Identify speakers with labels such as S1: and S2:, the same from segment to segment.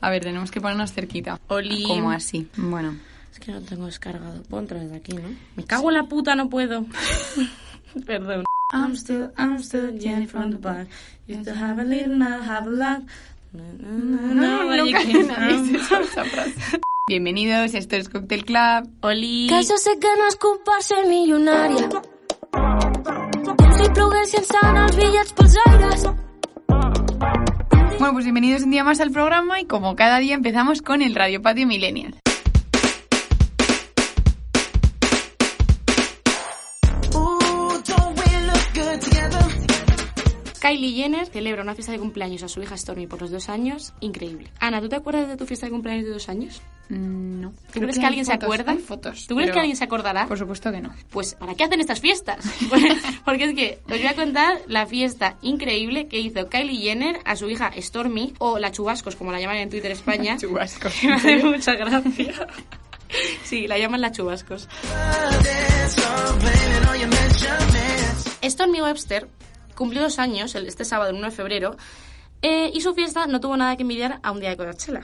S1: A ver, tenemos que ponernos cerquita.
S2: Oli.
S1: Como así. Bueno.
S2: Es que no tengo descargado. Pon otra vez aquí, ¿no? Me cago en la puta, no puedo. Perdón. I'm still, I'm still Jenny from the bar. You still have a little, now have a lot. No, no,
S1: No,
S2: no,
S1: nunca
S2: you
S1: nadie
S2: can't.
S1: se sabe esa frase. Bienvenidos, esto es Cocktail Club.
S2: Oli.
S3: Que yo sé que no és culpa ser milionària. Com si ploguessin sant els bitllets pels aires.
S1: Bueno, pues bienvenidos un día más al programa y como cada día empezamos con el Radio Patio Millennial.
S2: Kylie Jenner celebra una fiesta de cumpleaños a su hija Stormy por los dos años. Increíble. Ana, ¿tú te acuerdas de tu fiesta de cumpleaños de dos años?
S1: Mm, No.
S2: ¿Tú crees que alguien se acuerda?
S1: Hay fotos.
S2: ¿Tú crees
S1: pero
S2: que alguien se acordará?
S1: Por supuesto que no.
S2: Pues, ¿para qué hacen estas fiestas? Porque es que os voy a contar la fiesta increíble que hizo Kylie Jenner a su hija Stormy, o la Chubascos, como la llaman en Twitter España.
S1: Chubasco.
S2: Me hace mucha gracia. Sí, la llaman la Chubascos. Stormy Webster cumplió dos años el- este sábado, el 1 de febrero, eh, y su fiesta no tuvo nada que envidiar a un día de Coachella.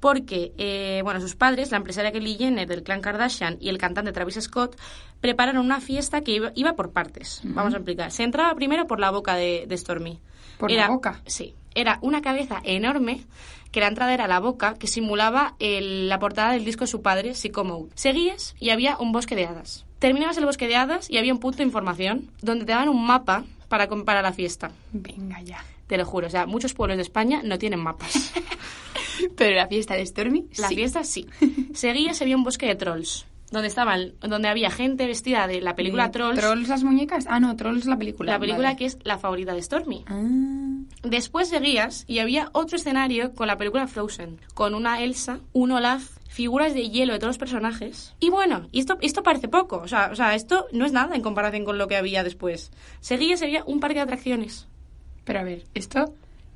S2: Porque, eh, bueno, sus padres, la empresaria Kylie Jenner del clan Kardashian y el cantante Travis Scott, prepararon una fiesta que iba, iba por partes. Vamos a explicar. Se entraba primero por la boca de, de Stormy.
S1: ¿Por la boca?
S2: Sí. Era una cabeza enorme que la entrada era la boca que simulaba el- la portada del disco de su padre, Psycho Seguías y había un bosque de hadas. Terminabas el bosque de hadas y había un punto de información donde te daban un mapa para comparar la fiesta.
S1: Venga ya.
S2: Te lo juro, o sea, muchos pueblos de España no tienen mapas.
S1: Pero la fiesta de Stormy,
S2: La
S1: sí.
S2: fiesta sí. Seguías y había un bosque de trolls donde estaban donde había gente vestida de la película
S1: Eh,
S2: Mm, Trolls,
S1: ¿Trolls las muñecas? Ah, no, Trolls la película.
S2: la película
S1: vale.
S2: que es la favorita de Stormy.
S1: Ah.
S2: Después seguías y había otro escenario con la película Frozen, con una Elsa, un Olaf, figuras de hielo de todos los personajes. Y bueno, y esto, esto parece poco, o sea, o sea, esto no es nada en comparación con lo que había después. Seguías y había un parque de atracciones.
S1: Pero a ver, esto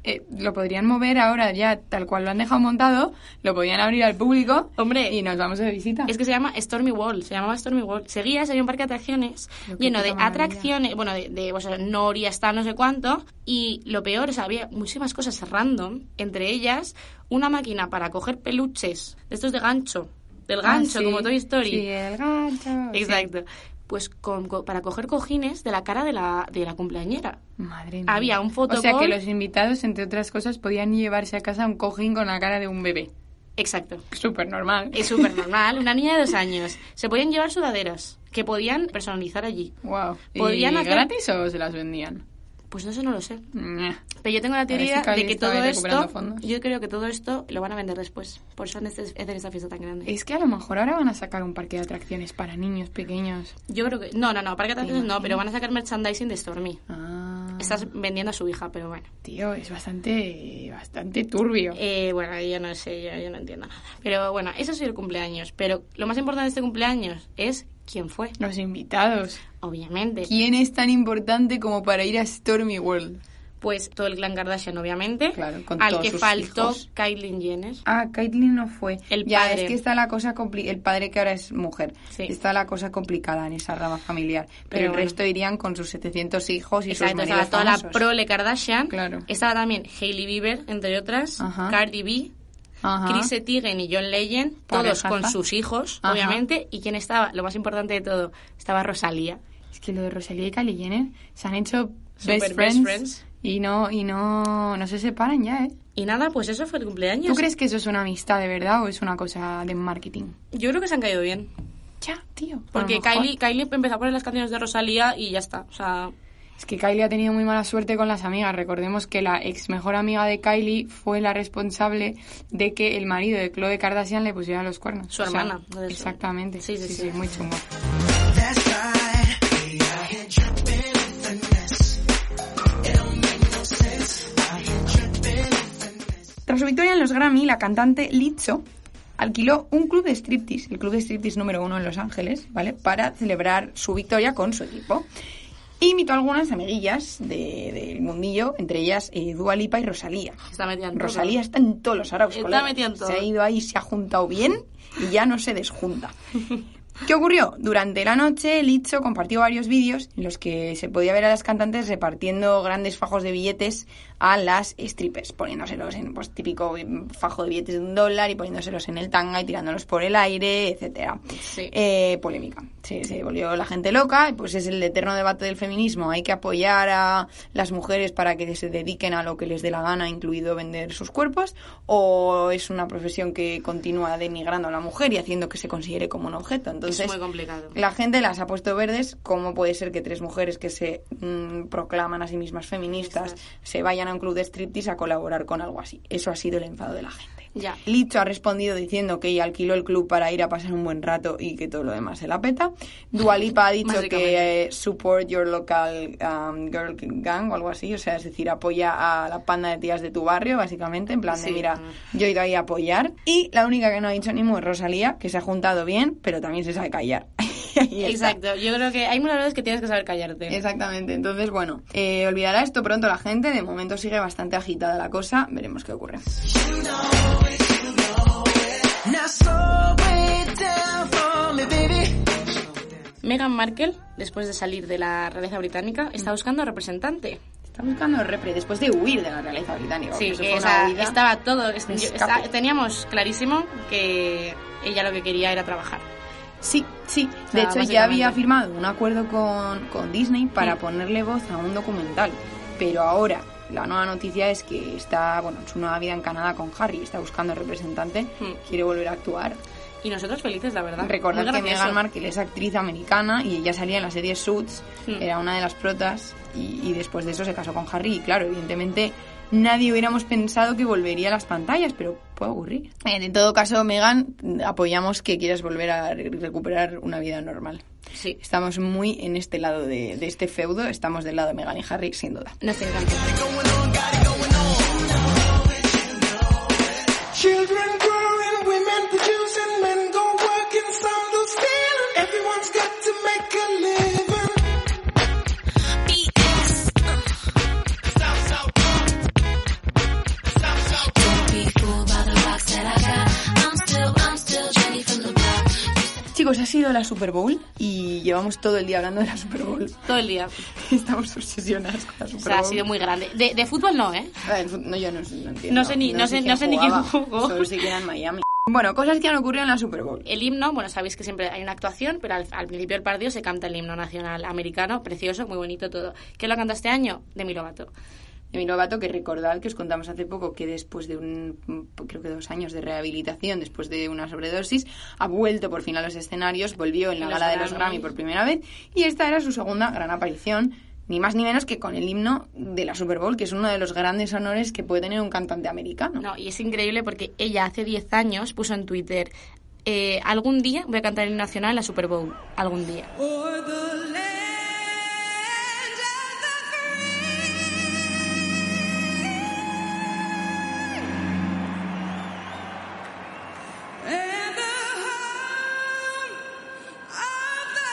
S1: eh, lo podrían mover ahora ya tal cual lo han dejado montado, lo podían abrir al público
S2: Hombre,
S1: y nos vamos de visita.
S2: Es que se llama Stormy Wall, se llamaba Stormy Wall. Seguías, había un parque de atracciones
S1: Pero qué
S2: lleno de
S1: puta maravilla.
S2: atracciones, bueno, de, de o sea, Noria está no sé cuánto, y lo peor, o sea, había muchísimas cosas random, entre ellas una máquina para coger peluches, de estos de gancho, del gancho,
S1: Ah, sí.
S2: como Toy Story.
S1: Sí, el gancho. sí.
S2: Exacto. Pues con- co- para coger cojines de la cara de la, de la cumpleañera.
S1: Madre mía.
S2: Había un
S1: O sea que
S2: fotocall.
S1: los invitados, entre otras cosas, podían llevarse a casa un cojín con la cara de un bebé.
S2: Exacto.
S1: Súper normal.
S2: Es súper normal, una niña de dos años. Se podían llevar sudaderas que podían personalizar allí.
S1: Wow. ¿Y
S2: Podían hacer-
S1: gratis o se las vendían?
S2: Pues no sé, no lo sé.
S1: Ña.
S2: Pero yo tengo la
S1: ver
S2: teoría
S1: si Cali
S2: de que
S1: está
S2: todo
S1: ahí recuperando
S2: esto,
S1: fondos.
S2: yo creo que todo esto lo van a vender después. Por eso hacen este- hacen esta fiesta tan grande.
S1: Es que a lo mejor ahora van a sacar un parque de atracciones para niños pequeños.
S2: Yo creo que no, no, no, para que te no, pero van a sacar merchandising de Stormy.
S1: Ah.
S2: Estás vendiendo a su hija, pero bueno.
S1: Tío, es bastante, bastante turbio.
S2: Eh, bueno, yo no sé, yo, yo no entiendo nada. Pero bueno, eso sí el cumpleaños. Pero lo más importante de este cumpleaños es quién fue,
S1: Los invitados.
S2: obviamente.
S1: ¿Quién es tan importante como para ir a Stormy World?
S2: Pues todo el clan Kardashian, obviamente.
S1: Claro, con
S2: al
S1: todos
S2: que
S1: sus
S2: faltó
S1: hijos.
S2: Kylie Jenner.
S1: Ah, Caitlyn no fue.
S2: El
S1: ya,
S2: padre.
S1: es que está la cosa compli- El padre que ahora es mujer.
S2: Sí.
S1: Está la cosa complicada en esa rama familiar. Pero,
S2: Pero
S1: el
S2: bueno.
S1: resto irían con sus 700 hijos y sus
S2: Exacto,
S1: maridos
S2: estaba toda la
S1: famosos.
S2: prole Kardashian.
S1: Claro.
S2: Estaba también Hailey Bieber, entre otras,
S1: Ajá.
S2: Cardi B,
S1: Ajá.
S2: Chris Etigen y John Legend, todos
S1: Parejaza.
S2: con sus hijos,
S1: Ajá.
S2: obviamente. Y quién estaba, lo más importante de todo, estaba Rosalía.
S1: Es que lo de Rosalía y Kylie Jenner se han hecho
S2: Super
S1: best,
S2: best
S1: friends,
S2: friends.
S1: y no y no no se separan ya, ¿eh?
S2: Y nada, pues eso fue el cumpleaños.
S1: ¿Tú crees que eso es una amistad de verdad o es una cosa de marketing?
S2: Yo creo que se han caído bien.
S1: Ya, tío. a
S2: Porque
S1: lo mejor.
S2: Kylie, Kylie empezó a poner las canciones de Rosalía y ya está. O sea,
S1: Es que Kylie ha tenido muy mala suerte con las amigas. Recordemos que la ex mejor amiga de Kylie fue la responsable de que el marido de Khloe Kardashian le pusiera los cuernos.
S2: Su hermana, lo de su-
S1: exactamente.
S2: Sí, sí, sí.
S1: muy chungo. Tras su victoria en los Grammy, la cantante Lizzo alquiló un club de striptease, el club de striptease número uno en Los Ángeles, ¿vale? Para celebrar su victoria con su equipo. E imitó algunas amiguillas de- del mundillo, entre ellas eh, Dua Lipa y Rosalía.
S2: está metida en todo.
S1: Rosalía está en todos los araos.
S2: Está
S1: colega.
S2: metida en todo.
S1: Se ha ido ahí, se ha juntado bien y ya no se desjunta.
S4: ¿Qué ocurrió? Durante la noche, Lizzo compartió varios vídeos en los que se podía ver a las cantantes repartiendo grandes fajos de billetes a las strippers, poniéndoselos en pues, típico fajo de billetes de un dólar y poniéndoselos en el tanga y tirándolos por el aire, etcétera.
S2: Sí.
S4: Eh, polémica. Se, se volvió la gente loca, y pues es el eterno debate del feminismo. Hay que apoyar a las mujeres para que se dediquen a lo que les dé la gana, incluido vender sus cuerpos, o es una profesión que continúa denigrando a la mujer y haciendo que se considere como un objeto. Entonces,
S2: es muy complicado.
S4: la gente las ha puesto verdes. ¿Cómo puede ser que tres mujeres que se mm, proclaman a sí mismas feministas
S2: Feministas.
S4: se vayan a un club de striptease a colaborar con algo así? Eso ha sido el enfado de la gente.
S2: Ya.
S4: Licho ha respondido diciendo que ella alquiló el club para ir a pasar un buen rato y que todo lo demás se la peta. Dualipa ha dicho que
S2: Básicamente.
S4: eh, support your local um, girl gang o algo así, o sea, es decir, apoya a la panda de tías de tu barrio, básicamente, en plan de
S2: Sí.
S4: mira, yo he ido ahí a apoyar. Y la única que no ha dicho ni mu es Rosalía, que se ha juntado bien, pero también se sabe callar. Ahí está.
S2: Exacto. Yo creo que hay muchas veces que tienes que saber callarte.
S4: Exactamente, entonces bueno, eh, olvidará esto pronto la gente, de momento sigue bastante agitada la cosa, veremos qué ocurre.
S5: Now slow it down for me, baby.
S2: Meghan Markle, después de salir de la realeza británica,
S1: Mm.
S2: está buscando representante.
S4: Está buscando repre después de huir de la realeza británica.
S2: Sí,
S4: porque eso
S2: que
S4: fue
S2: esa-
S4: una huida.
S2: estaba todo. es- yo-
S4: escape.
S2: esta- teníamos clarísimo que ella lo que quería era trabajar.
S4: Sí, sí.
S2: O
S4: De
S2: sea,
S4: hecho, ya había
S2: básicamente.
S4: firmado un acuerdo con, con Disney para
S2: Mm.
S4: ponerle voz a un documental. Pero ahora, la nueva noticia es que está, bueno, en su nueva vida en Canadá con Harry, está buscando representante,
S2: Mm.
S4: quiere volver a actuar.
S2: Y nosotros felices, la verdad.
S4: Recordad
S2: Muy
S4: que
S2: gracioso.
S4: Meghan Markle es actriz americana y ella salía en la serie Suits,
S2: Mm.
S4: era una de las protas, y, y después de eso se casó con Harry. Y claro, evidentemente nadie hubiéramos pensado que volvería a las pantallas, pero puede ocurrir. Eh, En todo caso, Megan, apoyamos que quieras volver a re- recuperar una vida normal.
S2: Sí,
S4: Estamos muy en este lado de, de este feudo, estamos del lado de Megan y Harry, sin duda.
S2: nos encanta.
S5: Children growing, women producing, men go working, some do stealing. Everyone's got to make a living.
S4: Chicos, ha sido la Super Bowl y llevamos todo el día hablando de la Super Bowl.
S2: Todo el día.
S4: Estamos obsesionadas con la Super
S2: O sea, ha
S4: Bowl.
S2: sido muy grande. De, de fútbol no, ¿eh?
S4: Ah, el fut- No, yo no, sé- no entiendo.
S2: No sé ni- no sé- no sé ni quién jugó.
S4: Solo sé que era en Miami. Bueno, cosas que han ocurrido en la Super Bowl.
S2: El himno, bueno, sabéis que siempre hay una actuación, pero al, al principio del partido se canta el himno nacional americano, precioso, muy bonito todo. ¿Qué lo canta este año? Demi Lovato.
S4: Demi Lovato, que recordad que os contamos Pues hace poco que después de un, mm, creo que dos años de rehabilitación, después de una sobredosis, ha vuelto por fin a los escenarios, volvió en la
S2: Los
S4: gala de los
S2: Grammy.
S4: Grammy por primera vez y esta era su segunda gran aparición. Ni más ni menos que con el himno de la Super Bowl, que es uno de los grandes honores que puede tener un cantante americano.
S2: No, y es increíble porque ella hace 10 años puso en Twitter, eh, algún día voy a cantar el himno nacional en la Super Bowl, algún día.
S5: For the land of the free. And the home of the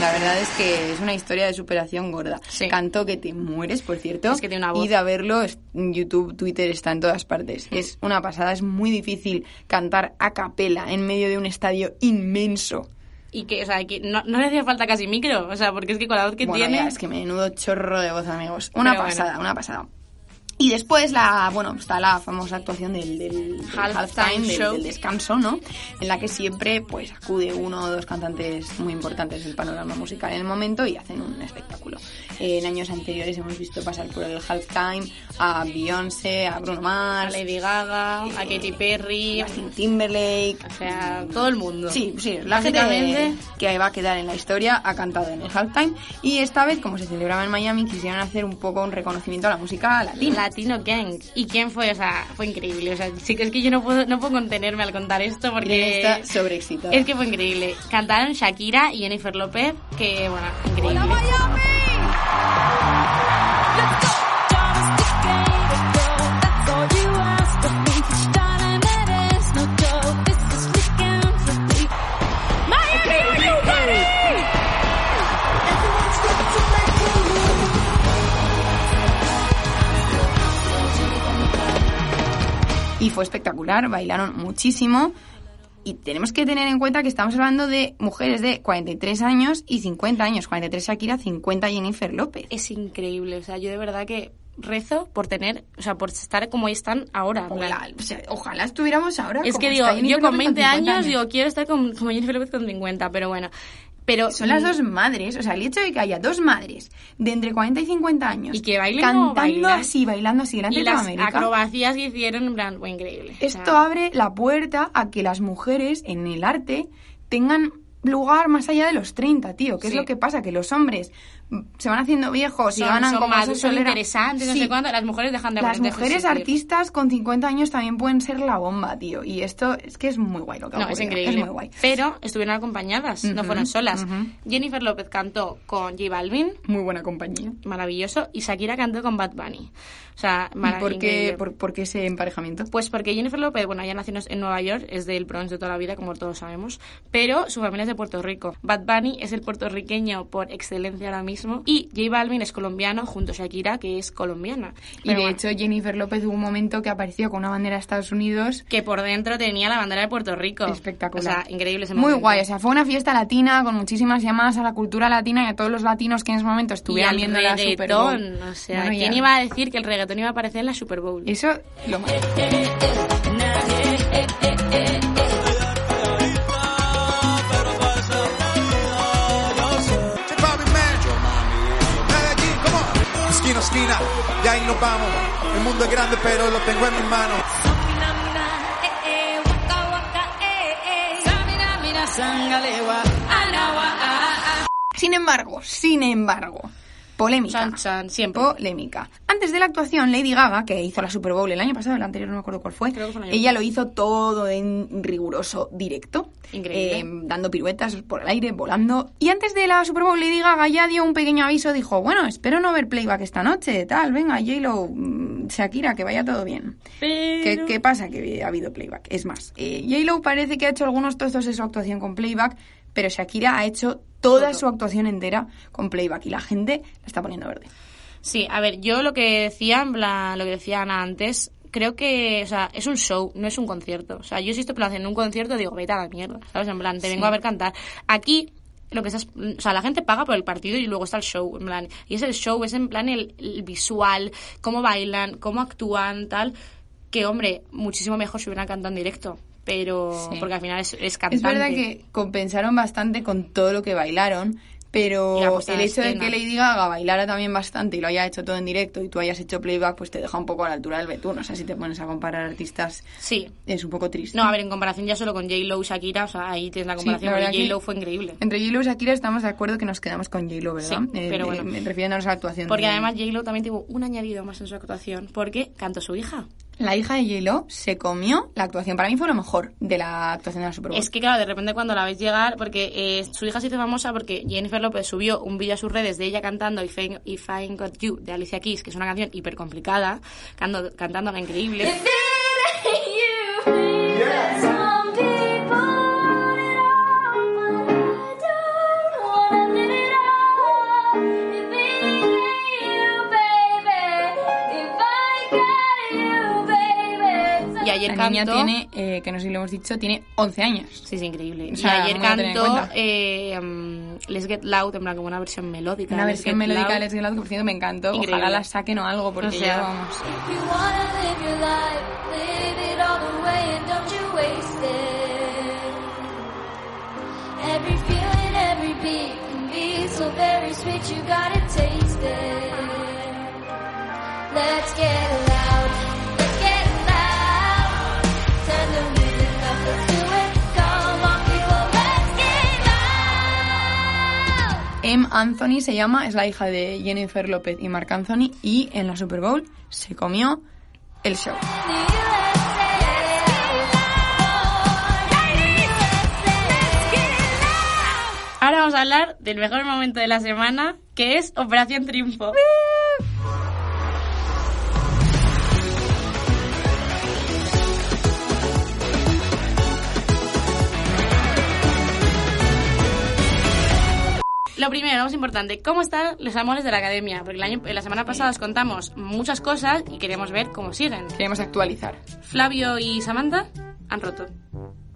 S4: La verdad es que es una historia de superación gorda.
S2: Sí.
S4: Cantó que te mueres, por cierto.
S2: Es que tiene una voz. Mm.
S4: Id a verlo, es- en YouTube, Twitter, está en todas partes. Es una pasada, es muy difícil cantar a capela en medio de un estadio inmenso.
S2: Y que, o sea, que no, no le hacía falta casi micro, o sea, porque es que con la voz que
S4: bueno,
S2: tiene...
S4: ya, es que menudo chorro de voz, amigos. Una
S2: Pero bueno.
S4: pasada, una pasada. Y después la, bueno, está la famosa actuación del, del- del
S2: Halftime
S4: halftime, del,
S2: show.
S4: del descanso, ¿no? En la que siempre pues acude uno o dos cantantes muy importantes del panorama musical en el momento y hacen un espectáculo. Eh, en años anteriores hemos visto pasar por el halftime a Beyoncé, a Bruno
S2: A
S4: Mars,
S2: Lady Gaga, a Katy Perry,
S4: a Justin Timberlake.
S2: o sea, todo el mundo.
S4: Sí, sí, la gente
S2: Básicamente-
S4: que va a quedar en la historia ha cantado en el halftime y esta vez, como se celebraba en Miami, quisieron hacer un poco un reconocimiento a la música latina.
S2: Latino Gang. ¿Y quién fue? O sea, fue increíble. O sea, sí que es que yo no puedo, no puedo contenerme al contar esto
S4: Irene
S2: porque...
S4: está sobreexcitada.
S2: Es que fue increíble. Cantaron Shakira y Jennifer López, que bueno, increíble.
S5: Everyone's got to
S4: y fue espectacular, bailaron muchísimo. Y tenemos que tener en cuenta que estamos hablando de mujeres de 43 años y 50 años. 43 Shakira, 50 Jennifer López.
S2: Es increíble, o sea, yo de verdad que rezo por tener, o sea, por estar como están ahora. en plan,
S4: Ojalá, o sea, ojalá estuviéramos ahora.
S2: Es
S4: como
S2: que digo,
S4: está
S2: yo
S4: Jennifer
S2: con
S4: López
S2: 20 años,
S4: 50
S2: digo, quiero estar con, como Jennifer López con 50, pero bueno. Pero
S4: Son las dos madres, o sea, el hecho de que haya dos madres de entre 40 y 50 años
S2: Y que bailen como
S4: cantando
S2: bailan.
S4: así, bailando así
S2: y
S4: delante de toda
S2: las
S4: América.
S2: acrobacías que hicieron, en plan, fue increíble. o sea,
S4: Esto abre la puerta a que las mujeres en el arte tengan lugar más allá de los 30, tío. ¿Qué
S2: Sí.
S4: es lo que pasa? Que los hombres mm, se van haciendo viejos y
S2: son,
S4: ganan
S2: son
S4: como
S2: maduros,
S4: su
S2: son
S4: solera.
S2: interesantes, no
S4: Sí.
S2: sé cuánto, las mujeres dejan de
S4: Las
S2: de
S4: mujeres
S2: existir.
S4: artistas con 50 años también pueden ser la bomba, tío. Y esto es que es muy guay lo que ha
S2: No, es
S4: ocurrido.
S2: increíble.
S4: Es muy guay.
S2: Pero estuvieron acompañadas, no
S4: Ujú,
S2: fueron solas.
S4: ujú.
S2: Jennifer López cantó con J Balvin,
S4: Muy buena compañía.
S2: maravilloso, y Shakira cantó con Bad Bunny. O sea,
S4: ¿Y por qué,
S2: maravilloso.
S4: por, por qué ese emparejamiento?
S2: Pues porque Jennifer López, bueno, ella nació en Nueva York, es del Bronx de toda la vida, como todos sabemos, pero su familia es de Puerto Rico. Bad Bunny es el puertorriqueño por excelencia ahora mismo y J Balvin es colombiano junto a Shakira, que es colombiana.
S4: Y
S2: Pero
S4: de
S2: bueno,
S4: hecho, Jennifer López hubo un momento que apareció con una bandera de Estados Unidos.
S2: que por dentro tenía la bandera de Puerto Rico.
S4: Espectacular.
S2: O sea, increíble ese
S4: Muy
S2: momento.
S4: guay, o sea, fue una fiesta latina con muchísimas llamadas a la cultura latina y a todos los latinos que en ese momento
S2: y
S4: estuvieran
S2: al
S4: viendo la Super
S2: reggaetón,
S4: Bowl.
S2: o sea,
S4: Bueno, y
S2: ¿quién
S4: al-
S2: iba a decir que el reggaetón iba a aparecer en la Super Bowl?
S4: Eso, lo más.
S6: Che, Bobby Man. Medellín, come on. Esquina, a esquina, de ahí nos vamos. El mundo es grande, pero lo tengo en mis manos.
S4: Sin embargo, sin embargo, polémica.
S2: Chan, chan, siempre.
S4: Polémica. Antes de la actuación, Lady Gaga, que hizo la Super Bowl el año pasado, el anterior no me acuerdo cuál fue,
S2: Creo que fue el año
S4: ella lo hizo todo en riguroso directo.
S2: Increíble.
S4: eh, dando piruetas por el aire, volando. Y antes de la Super Bowl, Lady Gaga ya dio un pequeño aviso, dijo, bueno, espero no ver playback esta noche, tal, venga, J-Lo, mm, Shakira, que vaya todo bien. ¿Qué,
S2: Pero-
S4: qué pasa? Que ha habido playback. Es más, eh, J-Lo parece que ha hecho algunos trozos de su actuación con playback, pero Shakira ha hecho toda su actuación entera con playback y la gente la está poniendo verde.
S2: Sí, a ver, yo lo que decía, en plan, lo que decía Ana antes, creo que, o sea, es un show, no es un concierto. O sea, yo si estoy plan, en un concierto digo, vete a la mierda, ¿sabes? En plan, te vengo a ver cantar. Aquí, lo que estás, o sea, la gente paga por el partido y luego está el show, en plan, y es el show, es en plan el, el visual, cómo bailan, cómo actúan, tal, que, hombre, muchísimo mejor si hubieran cantado en directo. Pero,
S4: Sí.
S2: porque al final es, es
S4: Es
S2: cantante.
S4: verdad que compensaron bastante con todo lo que bailaron,
S2: Y la
S4: pero
S2: puesta
S4: el
S2: en
S4: hecho de
S2: escena.
S4: que Lady Gaga bailara también bastante y lo haya hecho todo en directo y tú hayas hecho playback, pues te deja un poco a la altura del betún. O sea, si te pones a comparar artistas,
S2: Sí.
S4: es un poco triste.
S2: No, a ver, en comparación ya solo con J-Lo, Shakira, o sea, ahí tienes la
S4: Sí,
S2: comparación,
S4: la
S2: porque
S4: verdad que-
S2: J-Lo fue increíble.
S4: Entre J-Lo y Shakira estamos de acuerdo que nos quedamos con J-Lo, ¿verdad? Eh,
S2: Sí, pero bueno.
S4: me- refiriéndonos a la actuación.
S2: Porque
S4: de-
S2: además J-Lo también tuvo un añadido más en su actuación, porque cantó su hija.
S4: La hija de J-Lo se comió la actuación. Para mí fue lo mejor de la actuación de la Super Bowl.
S2: Es que claro, de repente cuando la veis llegar, porque eh, su hija se hizo famosa porque Jennifer López subió un vídeo a sus redes de ella cantando If I, If I Ain't Got You de Alicia Keys, que es una canción hiper complicada, cantando, cantándola increíble. Y ayer
S4: la niña
S2: cantó...
S4: tiene, eh, que no sé si lo hemos dicho, tiene 11 años.
S2: Sí, es increíble.
S4: O sea,
S2: y ayer
S4: muy a tener en
S2: cantó
S4: cuenta.
S2: eh, mm, Let's Get Loud, en plan como una versión melódica.
S4: Una
S2: Let's
S4: versión
S2: Get
S4: melódica
S2: Loud.
S4: de Let's Get Loud que por cierto me encantó.
S2: Increíble.
S4: Ojalá la saquen o algo porque
S2: O sea,
S4: ya vamos.
S7: Every feeling, every beat can be so very sweet, you gotta taste it. Let's get loud, let's get loud. Turn the music up, let's do it. Come on, people, let's get loud.
S4: Em Anthony se llama, es la hija de Jennifer López y Marc Anthony y en la Super Bowl se comió el show.
S2: Ahora vamos a hablar del mejor momento de la semana, que es Operación Triunfo. Lo primero, lo más importante, ¿cómo están los amores de la academia? Porque el año, la semana pasada os contamos muchas cosas y queremos ver cómo siguen.
S4: Queremos actualizar.
S2: Flavio y Samantha han roto.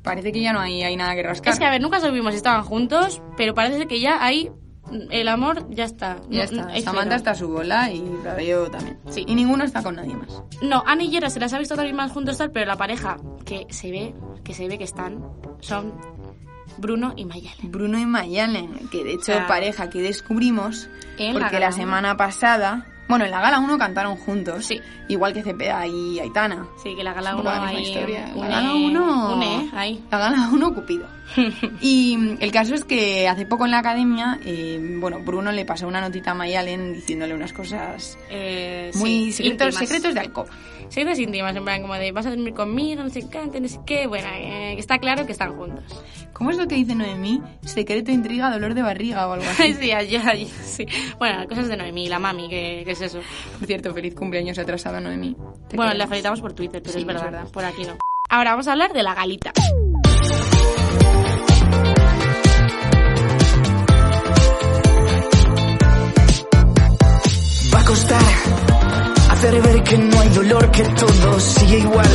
S4: Parece que ya no hay, hay nada que rascar.
S2: Es que, a ver, nunca supimos si estaban juntos, pero parece ser que ya hay... El amor ya está. No-
S4: Ya está.
S2: hay
S4: Samantha
S2: cero.
S4: está a su bola y Flavio también.
S2: Sí.
S4: Y ninguno está con nadie más.
S2: No, Ana y Jera se las ha visto también más juntos tal, pero la pareja que se ve, que se ve que están, son Bruno y Mayalen.
S4: Bruno y Mayalen, que de hecho
S2: Ah.
S4: pareja que descubrimos
S2: En la
S4: porque la,
S2: gala uno.
S4: semana pasada, bueno, en la gala 1 cantaron juntos,
S2: Sí.
S4: igual que Cepeda y Aitana.
S2: Sí, que la gala
S4: Un
S2: 1
S4: poco la misma
S2: ahí.
S4: historia.
S2: un
S4: La gala
S2: E,
S4: 1
S2: Un E, ahí.
S4: La gala 1 Cupido. y mm, el caso es que hace poco en la academia, eh, bueno, Bruno le pasó una notita a Mayalen diciéndole unas cosas
S2: Eh, sí,
S4: muy secretos,
S2: íntimas.
S4: secretos de alcoba.
S2: Secretos íntimas, en plan, como de vas a dormir conmigo, no sé qué, no sé qué. Bueno, eh, está claro que están juntos.
S4: ¿Cómo es lo que dice Noemí? Secreto, intriga, dolor de barriga o algo así.
S2: sí, ayer, ayer, sí. Bueno, cosas de Noemí, la mami, que, que es eso.
S4: Por cierto, feliz cumpleaños atrasado Noemí. Te
S2: bueno, la
S4: queremos.
S2: felicitamos por Twitter, pero
S4: Sí,
S2: es, verdad,
S4: es verdad.
S2: por aquí no. Ahora vamos a hablar de la galita.
S8: Va a costar hacer ver que no hay dolor, que todo sigue igual.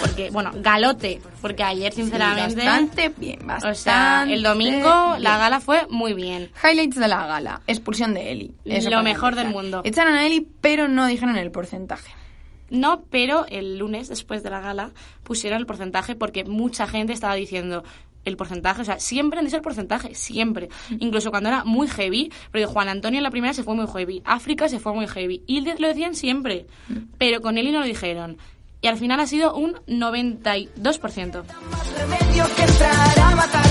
S2: Porque, bueno, galote, porque ayer, sinceramente.
S4: Bastante bien, bastante.
S2: O sea, el domingo la
S4: bien.
S2: gala fue muy bien.
S4: Highlights de la gala. Expulsión de Eli.
S2: Lo
S4: para
S2: mejor del mundo.
S4: Echaron a Eli, pero no dijeron el porcentaje.
S2: No, pero el lunes, después de la gala, pusieron el porcentaje porque mucha gente estaba diciendo el porcentaje. O sea, siempre han dicho el porcentaje, siempre.
S4: Mm.
S2: Incluso cuando era muy heavy, porque Juan Antonio en la primera se fue muy heavy, África se fue muy heavy. Y de- lo decían siempre,
S4: Mm.
S2: pero con Eli no lo dijeron. Y al final ha sido un 92%.
S8: Más remedio que entrar a matar.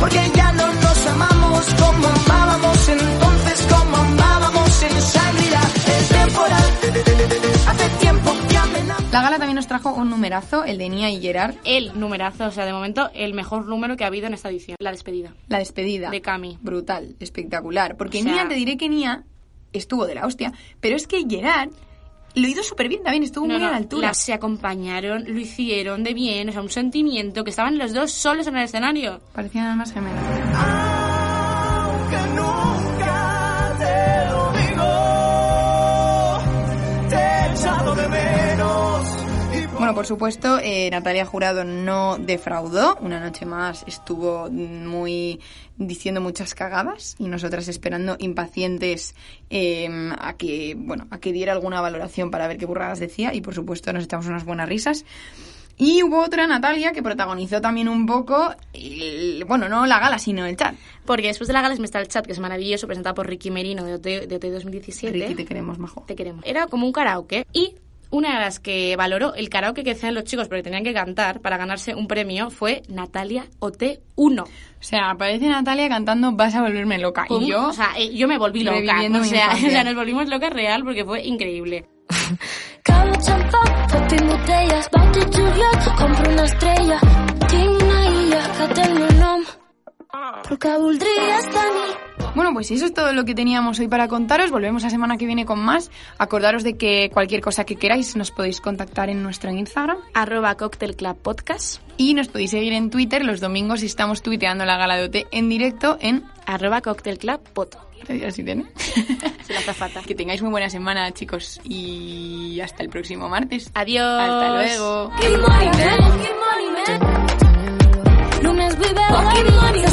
S8: Porque ya no nos amamos como amábamos entonces, como amábamos en Shangri-La. Es temporal, hace tiempo que amenazamos.
S4: La gala también nos trajo un numerazo, el de Nia y Gerard.
S2: El numerazo, o sea, de momento el mejor número que ha habido en esta edición, la despedida.
S4: La despedida.
S2: De Cami.
S4: Brutal, espectacular. Porque
S2: O sea-
S4: Nia, te diré que Nia estuvo de la hostia. Pero es que Gerard lo hizo súper bien también, estuvo
S2: No,
S4: muy a
S2: no,
S4: la altura.
S2: las- se acompañaron, lo hicieron de bien, o sea, un sentimiento que estaban los dos solos en el escenario.
S4: Parecían almas gemelas.
S8: Aunque nunca te lo digo, te he echado de menos.
S4: Bueno, por supuesto, eh, Natalia Jurado no defraudó. Una noche más estuvo muy diciendo muchas cagadas y nosotras esperando impacientes eh, a que bueno a que diera alguna valoración para ver qué burradas decía y por supuesto nos echamos unas buenas risas. Y hubo otra Natalia que protagonizó también un poco, el- bueno, no la gala, sino el chat.
S2: Porque después de la gala está el chat, que es maravilloso, presentado por Ricky Merino de OT, de OT 2017.
S4: Ricky, te queremos, majo.
S2: Te queremos. Era como un karaoke y una de las que valoró el karaoke que hacían los chicos porque tenían que cantar para ganarse un premio fue Natalia OT1.
S4: O sea, aparece Natalia cantando Vas a volverme loca.
S2: Pum,
S4: y yo...
S2: o sea, eh, yo me volví loca.
S4: reviviendo
S2: O
S4: mi
S2: sea,
S4: infancia.
S2: o sea, nos volvimos locas real porque fue increíble.
S7: Cabo champán, popping botellas, bounty to yacht, compro una estrella, tinc una illa que té el meu nom, però que voldries tenir.
S4: Bueno, pues eso es todo lo que teníamos hoy para contaros. Volvemos la semana que viene con más. Acordaros de que cualquier cosa que queráis nos podéis contactar en nuestro Instagram
S2: Arroba Cocktail Club Podcast.
S4: y nos podéis seguir en Twitter los domingos si estamos tuiteando la gala de OT en directo en...
S2: Arroba Cocktail Club Poto.
S4: Así tiene.
S2: Se la azafata.
S4: que tengáis muy buena semana, chicos, y hasta el próximo martes.
S2: Adiós.
S4: Hasta luego.
S7: Good morning, man. Good morning, man. Només vull veure... Pocket money,